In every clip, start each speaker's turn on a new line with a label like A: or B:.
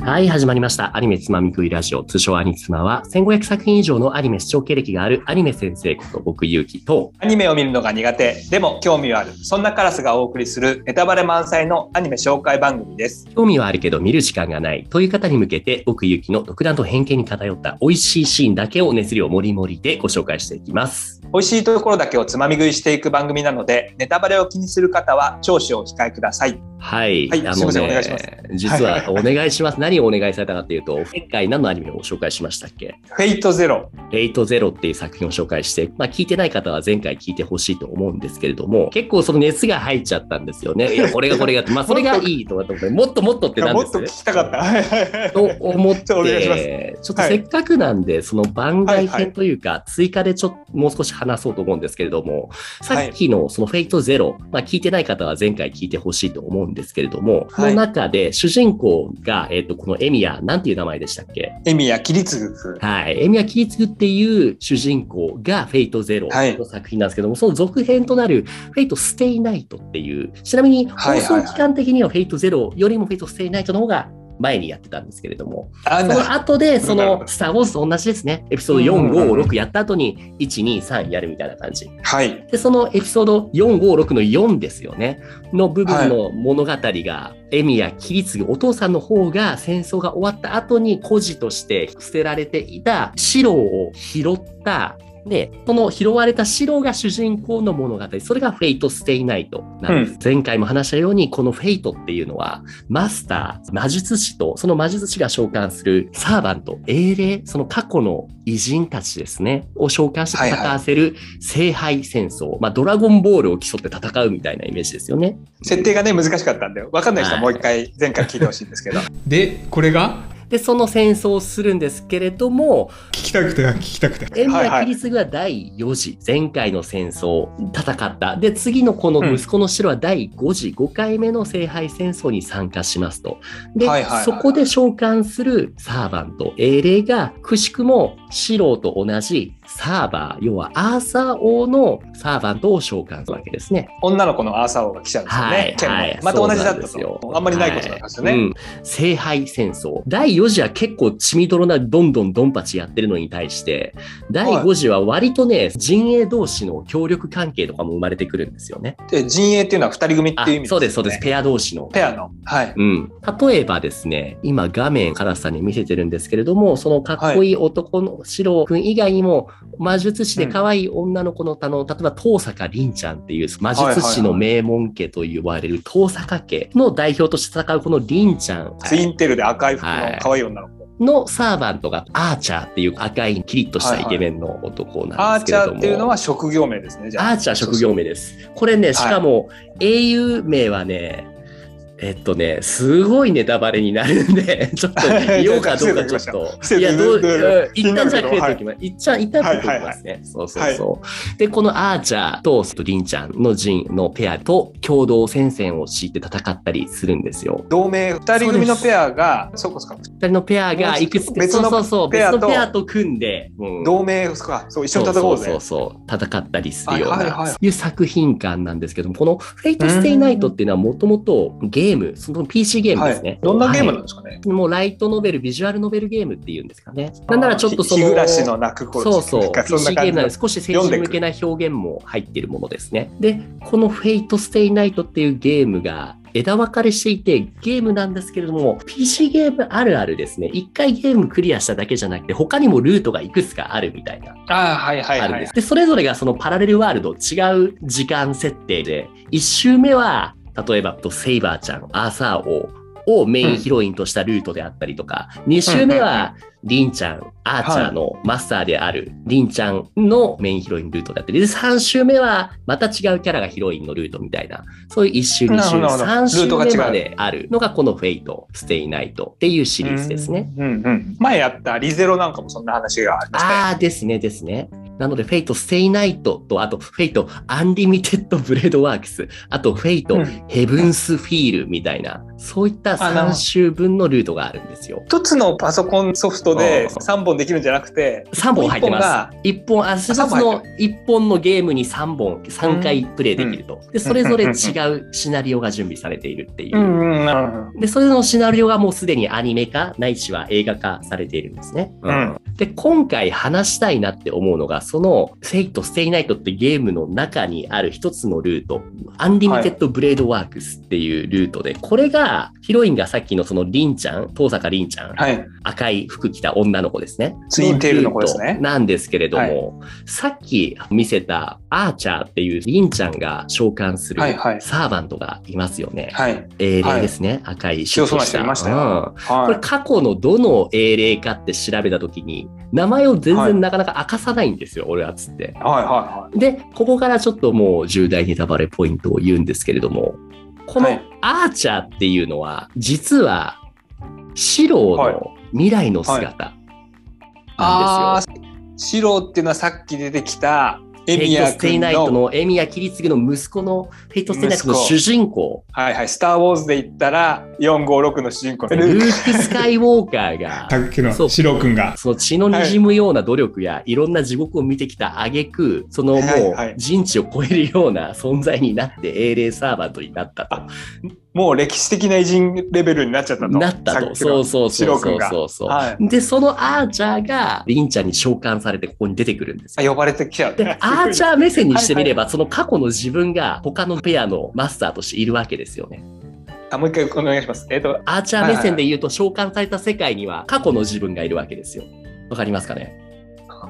A: はい、始まりました。アニメつまみ食いラジオ、通称アニツマは、1500作品以上のアニメ視聴経歴があるアニメ先生こと僕ゆうきと、
B: アニメを見るのが苦手、でも興味はある。そんなカラスがお送りするネタバレ満載のアニメ紹介番組です。
A: 興味はあるけど見る時間がないという方に向けて、僕ゆうきの独断と偏見に偏った美味しいシーンだけを熱量もりもりでご紹介していきます。
B: 美味しいところだけをつまみ食いしていく番組なので、ネタバレを気にする方は聴取をお控えください。
A: はい、
B: はいすいませんお願いします
A: 実
B: はい
A: はお願いします。何をお願いされたかっていうと、前回何のアニメを紹介しましたっけ
B: フェイトゼロ。
A: レイトゼロっていう作品を紹介して、まあ聞いてない方は前回聞いてほしいと思うんですけれども、結構その熱が入っちゃったんですよね。いや、これがこれがって、 まあそれがいいとかと思って、もっともっとってなん
B: も
A: で
B: っと聞
A: す
B: きたかった。はいはいはい
A: と思っ
B: ちょっとお願いします
A: て、ちょっとせっかくなんで、その番外編というか、追加でちょっともう少し話そうと思うんですけれども、さっきのそのフェイトゼロ、まあ聞いてない方は前回聞いてほしいと思うんですけれども、こ
B: は
A: の
B: い
A: 中で主人公が、えっと、このエミヤ、なんていう名前でしたっけ
B: エミヤ・キリツグフ。
A: はい。エミヤ・キリツグっていう主人公がフェイトゼロ
B: はい
A: の作品なんですけども、その続編となるフェイト・ステイ・ナイトっていう、ちなみに
B: は
A: 放
B: いはいは
A: 送
B: い
A: 期間的にはフェイトゼロよりもフェイト・ステイ・ナイトの方が前にやってたんですけれども、
B: あ
A: そ
B: な
A: の後で、そ
B: なるほ
A: の、
B: ど
A: スター・ウォーズと同じですね。エピソード
B: うん
A: 4、
B: うんうん
A: 5、6やった後に、1、2、3やるみたいな感じ。
B: はい。
A: で、そのエピソード4、5、6の4ですよね。の部分の物語が、エミやキリツグ、お父さんの方が戦争が終わった後に孤児として捨てられていた白を拾った、で、その拾われた白が主人公の物語、それがフェイト・ステイ・ナイトなんです。前回も話したように、このフェイトっていうのは、マスター、魔術師と、その魔術師が召喚するサーバント、英霊、その過去の偉人たちですね、を召喚して戦わせる聖杯戦争、まあ、ドラゴンボールを競って戦うみたいなイメージですよね。
B: 設定がね、難しかったんで、わかんない人はもう一回、前回聞いてほしいんですけど。
C: でこれが
A: で、その戦争をするんですけれども、
C: 聞きたくて聞きたくて
A: エン
B: はい
A: ヤ・
B: は
A: キ
B: い
A: リスグは第4次、前回の戦争、戦った。で、次のこの息子の白は第5次、5回目の聖杯戦争に参加しますと。で、
B: はいはいはいはい
A: そこで召喚するサーバント、英霊が、くしくも白と同じサーバー、要はアーサー王のサーバントを召喚するわけですね。
B: 女の子のアーサー王が来ちゃうんですよね。剣のまた同じだ
A: そうな
B: った
A: んです
B: と
A: よ。
B: あんまりないことなんですよね。
A: はいうん聖杯戦争。第4次は結構血みどろなどんどんドンパチやってるのに対して、第5次は割とね、陣営同士の協力関係とかも生まれてくるんですよね。
B: で陣営っていうのは二人組っていう意味
A: あそうです、そうです。
B: ペ
A: ペア同士の。
B: ペアの。はい。
A: うん、例えばですね、今画面からさんに見せてるんですけれども、そのかっこいい男の白君以外にも、魔術師で可愛い女の子の、あの、例えば遠坂凛ちゃんっていう魔術師の名門家と言われる遠坂家の代表として戦うこの凛ちゃん。
B: ツインテールで赤い服の
A: はい
B: 可愛い女の子。
A: のサーバントがアーチャーっていう赤いキリッとしたイケメンの男な
B: ア
A: ん
B: ー
A: ですけ
B: チ
A: れ
B: ャ
A: ども、
B: ーっていうのは職業名ですね。じゃあ。
A: アーチャー職業名です。これね、しかも英雄名はね、えっとね、すごいネタバレになるんで、 ちょっと言おうかどうかちょっと。
B: 失
A: い
B: 礼
A: や、
B: いた
A: どう、
B: しました
A: うん
B: 気に
A: 一
B: な
A: 旦
B: る
A: じゃあ触れ
B: けど
A: ておきます。一旦、一旦触れておきますね。そうそうそう。で、このアーチャーとリンちゃんの陣のペアと共同戦線を敷いて戦ったりするんですよ。
B: 同盟二人組のペアが、そうかそうか、
A: 二人のペアがいくつか、
B: 別
A: そう
B: の
A: そうそう、
B: ペ
A: 別
B: アと
A: のペアと組んで、うん
B: 同盟、そうか、そう、一緒に戦おうぜ。
A: そうそうそう戦ったりするような、、
B: はいいはいはい
A: う作品感なんですけどもこの「フェイト・ステイ・ナイト」っていうのはもともとゲームその PC ゲーム
B: は
A: ですね、
B: い。どんなゲーム
A: は
B: ないんですかね。
A: もうライトノベルビジュアルノベルゲームっていうんですかねなんならちょっとその
B: ひ日暮らしの泣く頃
A: そうそう。
B: なんかそん
A: PC
B: な
A: ゲー
B: 感じ
A: ムな
B: の
A: ので少し精神向けな表現も入っているものですね。で、この Fate Stay Night っていうゲームが枝分かれしていて、ゲームなんですけれども、PC ゲームあるあるですね。一回ゲームクリアしただけじゃなくて、他にもルートがいくつかあるみたいな。
B: ああ、はいはい
A: あるん
B: は
A: で
B: い
A: す。。で、それぞれがそのパラレルワールド、違う時間設定で、1周目は、例えば、とセイバーちゃん、アーサー王をメインヒロインとしたルートであったりとか、2周目は、リンちゃん、アーチャーのマスターである、リンちゃんのメインヒロインルートであったり、で、3周目は、また違うキャラがヒロインのルートみたいな、そういう1周、2
B: なる
A: 周、
B: ほどなるほど
A: 3
B: ルートが違う
A: 周目まであるのが、このフェイト、ステイナイトっていうシリーズですね。
B: うんうん。前やったリゼロなんかもそんな話がありましたね。
A: ああ、ですね、ですね。なので、フェイト・ステイ・ナイトと、あと、フェイト・アンリミテッド・ブレード・ワークス、あと、フェイト
B: うん・
A: ヘブンス・フィールみたいな、そういった
B: あなるほ
A: 3
B: ど
A: 週分のルートがあるんですよ。
B: 一つのパソコンソフトで
A: うん
B: 3本できるんじゃなくて、
A: 3本入ってます。1本、あ、一つ
B: 三本入
A: の
B: って
A: 1本のゲームに3本、3回プレイできると。で、それぞれ違うシナリオが準備されているっていう。
B: ん、なるほど。
A: で、それのシナリオがもうすでにアニメ化、ないしは映画化されているんですね。
B: うん
A: で、今回話したいなって思うのが、その、フェイト・ステイ・ナイトってゲームの中にある一つのルート、アンリミテッド・ブレード・ワークスっていうルートで、これが、ヒロインがさっきのその、リンちゃん、遠坂リンちゃん、
B: はい。
A: 赤い服着た女の子ですね。
B: ツインテールの子ですね
A: ルートなんですけれども、さっき見せたアーチャーっていうリンちゃんが召喚する
B: はいはい
A: サーバントがいますよね。
B: はい。
A: 英霊ですね、赤い
B: 強そうな人いましたよ
A: うんこれ
B: は
A: 過去のどの英霊かって調べた時に名前を全
B: はい
A: 然なかなか明かさないんですよ、俺はつって
B: い。。はいは
A: でここからちょっともう重大ネタバレポイントを言うんですけれどもこ
B: は
A: の
B: い
A: アーチャーっていうのは実は四郎
B: はい
A: の未来の姿
B: いはい。
A: なんですよ。
B: あー白っていうのはさっき出てきた、エ
A: フェ
B: ミ
A: イト・
B: ヤ
A: ステイ
B: 君
A: ナイト
B: の、
A: のエミヤ・キリツギの息子のフェイト・ステイナイトの
B: 息子
A: 主人公
B: はいはい、スター・ウォーズで言ったら、456の主人公の
A: ル
B: ル
A: ー
B: ー
A: ク・
B: ク。
A: スカイ・ウォーカーが
C: さっき
A: そう
C: のシロ君が
A: その血の滲むような努力や、い、ろんな地獄を見てきた挙句そのも
B: はいうはい
A: 人知を超えるような存在になって英霊サーバントになったと。
B: もう歴史的な偉人レベルになっちゃったと。
A: なった
B: さっ
A: と。
B: きの
A: そうそうそう
B: 白
A: そ
B: 君
A: う
B: が
A: そうそう。
B: はい。
A: で、そのアーチャーがリンちゃんに召喚されてここに出てくるんですよ。
B: あ呼ばれてきちゃう。
A: で、アーチャー目線にしてみれば、その過去の自分が他のペアのマスターとしているわけですよね。
B: あ、もう一回お願いします。えっ、と、
A: アーチャー目線で言うと、召喚された世界には過去の自分がいるわけですよ。わかりますかね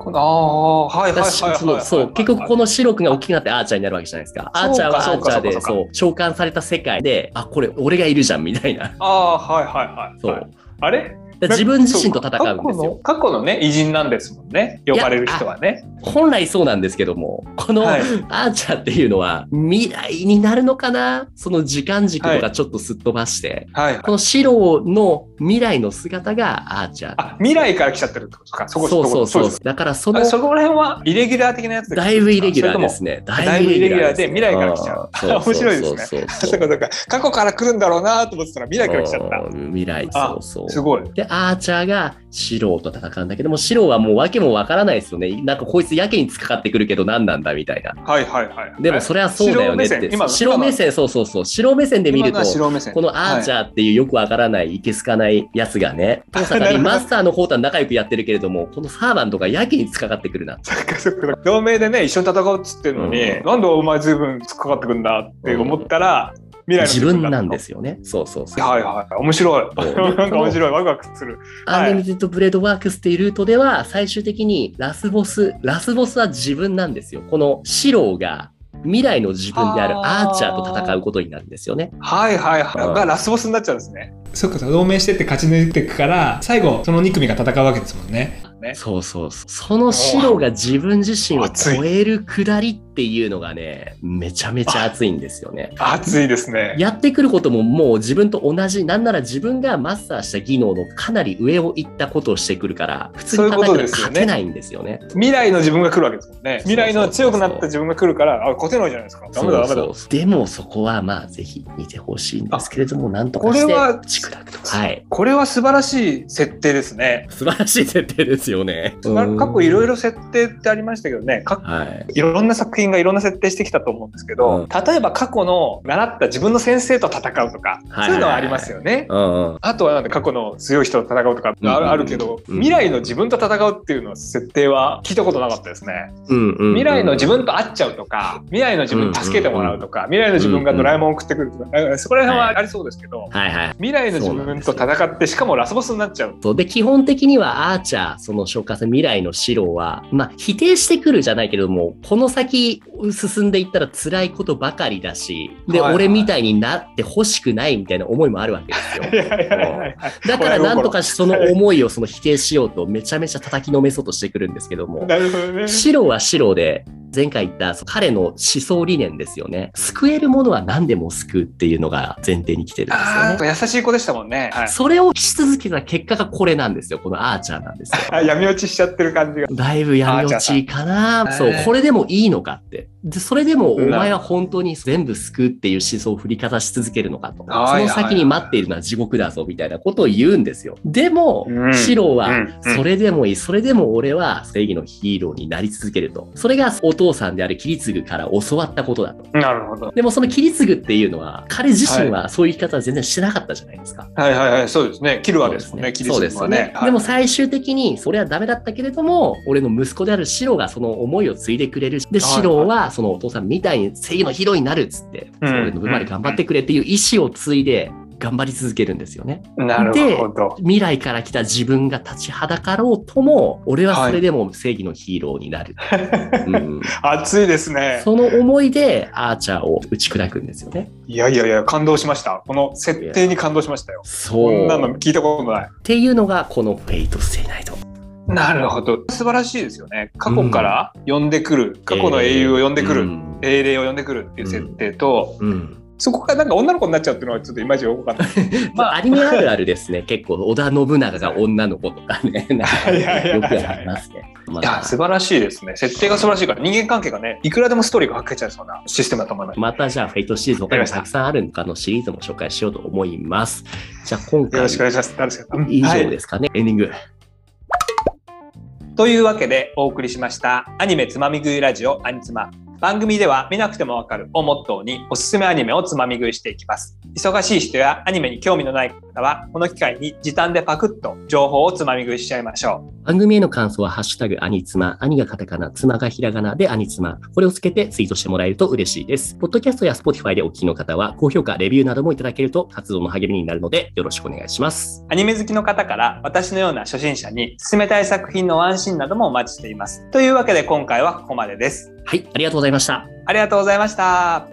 B: この、ああー、はいはい
A: だし
B: はいはい
A: そのそう結局この白くんが大きくなってアーチャーになるわけじゃないですか。アーチャーは
B: そ
A: ア
B: う
A: ー
B: か
A: チャー
B: そ
A: で
B: うかそう
A: そう召喚された世界であこれ俺がいるじゃんみたいな。
B: ああー、はいはいはい。
A: そう、
B: あれ
A: だから自分自身と戦うんですよ。
B: 過去の過去のね、偉人なんですもんね。呼ばれる人はね。
A: 本来そうなんですけどもこの
B: は
A: ア
B: い
A: ーチャーっていうのは未来になるのかなその時間軸と
B: は
A: かちょっとすっ飛ばして、
B: はい。
A: この白の未来の姿がアーチャー。
B: あ、未来から来ちゃってるってことか。そこ
A: そうそうそう
B: です
A: だからその
B: あそこら辺はイレギュラー的なやつ
A: だいぶイレギュラーです
B: ね。
A: ね。
B: だいぶイレギュラーで未来から来ちゃう
A: あーそ
B: 面白いですね
A: そうそう
B: そ
A: そう
B: れともそうかそうか過去から来るんだろうなと思ってたら未来から来ちゃっ
A: うん 未来、
B: あ
A: そうそ
B: た。す
A: う。
B: ごい。
A: で、アーチャーがシローと戦うんだけども、シローはもう訳もわからないですよね。なんかこいつやけに突っかかってくるけど何なんだみたいな。
B: はいはいはい。
A: でもそれはそうだよねっ
B: 白
A: て。
B: 目線今の
A: 白目線、そうそうそう。白目線で見ると
B: 今のは、白目線
A: このアーチャーっていうよくわからない、いけすかないやつがね、当
B: なる
A: 坂
B: ほ
A: に
B: ど
A: マスターの方とは仲良くやってるけれども、このサーバントがやけに突っかかってくるな。
B: そっかそっか同盟でね一緒に戦うっつってんのに、
A: うん
B: なんでお前随分突っかかってくんだって思ったら、未来の
A: 自分なんですすよね。そうそうそう。
B: はいはい面白
A: そう
B: い
A: で
B: なんか面白いワクワクする
A: アンリミテッドブレードワークスっていうルートでは最終的にラスボス、ラスボスは自分なんですよ。このシローが未来の自分である
B: あー
A: アーチャーと戦うことになるんですよね。
B: はいはいはい、
A: うん
B: がラスボスになっちゃうんですね
C: そっか同盟してって勝ち抜いていくから最後その2組が戦うわけですもんね
B: ね
A: そうそうそう。そのシローが自分自身を
B: 熱い
A: 超えるくだりっていうのがね、めちゃめちゃ熱いんですよね。
B: 熱いですね
A: やってくることももう自分と同じ、なんなら自分がマスターした技能のかなり上を行ったことをしてくるから、普通に考えた
B: そういうこと
A: ら
B: ですよね
A: 勝てないんですよね。
B: 未来の自分が来るわけですもんね
A: そうそうそう
B: 未来の強くなった自分が来るからあ勝てないじゃないですかダメだダメ
A: そ
B: だ
A: うそうでもそこはまあぜひ見てほしいんですけれどもなんとか
B: これ
A: して
B: は
A: チクラクとはい
B: これは素晴らしい設定ですね
A: 素晴らしい設定ですよね
B: 素晴ら過去いろい
A: ろ
B: ろ設定ってありましたけどね過
A: はい
B: いろんな作品がいろんな設定してきたと思うんですけど、
A: うん
B: 例えば過去の習った自分の先生と戦うとか、
A: はい
B: そういうのはありますよね。
A: うんうん
B: あとはなんで過去の強い人と戦うとか
A: うんうん
B: ああるけど、
A: うん
B: 未来の自分と戦うっていうのは設定は聞いたことなかったですね。
A: うんうん
B: 未来の自分と会っちゃうとか、未来の自分に助けてもらうとか、未来の自分がドラえもんを送ってくるとか、あそこら辺はありそうですけど、
A: はいはい
B: 未来の自分と戦ってしかもラスボスになっちゃう。
A: そうで基本的にはアーチャーその紹介する未来の資料はまあ否定してくるじゃないけれどもこの先進んでいったら辛いことばかりだしで、
B: はいはい
A: 俺みたいになってほしくないみたいな思いもあるわけですよ
B: いやいやいやいや
A: だからなんとかその思いをその否定しようとめちゃめちゃ叩きのめそうとしてくるんですけども
B: なるほどね。
A: 白は白で前回言ったその彼の思想理念ですよね。救えるものは何でも救うっていうのが前提に来てるんですよ
B: あ
A: ね。
B: あ、優しい子でしたもんね。はい
A: それをし続けた結果がこれなんですよ。このアーチャーなんですよ。
B: あ。闇落ちしちゃってる感じが。
A: だいぶ闇落ちかな。
B: ー
A: そう
B: えー、
A: これでもいいのかって。で、それでもお
B: うん
A: 前は本当に全部救うっていう思想を振りかざし続けるのかと。そ
B: はい
A: の先に待っているのは地獄だぞみたいなことを言うんですよ。でも
B: う、ん
A: シロは
B: うんうん
A: それでもいい、それでも俺は正義のヒーローになり続けると。それがお父さんであるキリツグから教わったことだと。
B: なるほど。
A: でもそのキリツグっていうのは、彼自身はそういう生き方は全然してなかったじゃないですか。
B: はいはいはい、そうですね。キルアですもんね、キリ
A: そう
B: ス
A: で
B: ト
A: す
B: は
A: よね
B: ね。。はい
A: でも最終的に、それはダメだったけれども、俺の息子であるシロがその思いを継いでくれる。で、
B: はい
A: シロはそのお父さんみたいに正義のヒーローになるっつって、
B: うん
A: 俺の分まで頑張ってくれっていう意志を継いで、頑張り続けるんですよね。
B: なるほど。
A: 未来から来た自分が立ちはだかろうとも、俺はそれでも正義のヒーローにな る。うん
B: 熱いですね。
A: その思いで、アーチャーを打ち砕くんですよね。
B: いやいやいや、感動しました。この設定に感動しましたよ。
A: そ
B: こ
A: う。
B: んなの
A: っ
B: 聞いたことない。
A: ていうのが、このフェイト・ステイナイト。
B: なるほど。素晴らしいですよね。過去から呼んでくる、過去の英雄を呼んでくる、
A: うん
B: 英霊を呼んでくるっていう設定と、
A: うん
B: そこがなんか女の子になっちゃうっていうのはちょっとイマージ多かった。まあ
A: アニメあるあるですね。結構、織田信長が女の子とかね、なんか
B: いやいやい
A: よ
B: やいや
A: くありますね。ま
B: いや、
A: あ、
B: 素晴らしいですね。設定が素晴らしいから、人間関係がね、いくらでもストーリーが発けちゃいそうなシステムだと思います。
A: またじゃあ、フェイトシリーズ他にもたくさんあるのかのシリーズも紹介しようと思います。じゃあ、今
B: よ
A: 回
B: ろしくお願いします。誰ですかうん
A: 以
B: はい
A: 上ですかね、エンディング。
B: というわけでお送りしましたアニメつまみ食いラジオアニツマ番組では見なくてもわかるをモットーにおすすめアニメをつまみ食いしていきます忙しい人やアニメに興味のない方はこの機会に時短でパクッと情報をつまみ食いしちゃいましょ
A: 番組への感想は、ハッシュタグ、アニツマ、兄がカタカナ、妻がひらがなでアニツマ。これをつけてツイートしてもらえると嬉しいです。ポッドキャストや Spotify でお聞きの方は、高評価、レビューなどもいただけると活動の励みになるので、よろしくお願いします
B: う。アニメ好きの方から私のような初心者に勧めたい作品のワンシーンなどもお待ちしていますというわけで今回はここまでです
A: はい、ありがとうございました。
B: ありがとうございました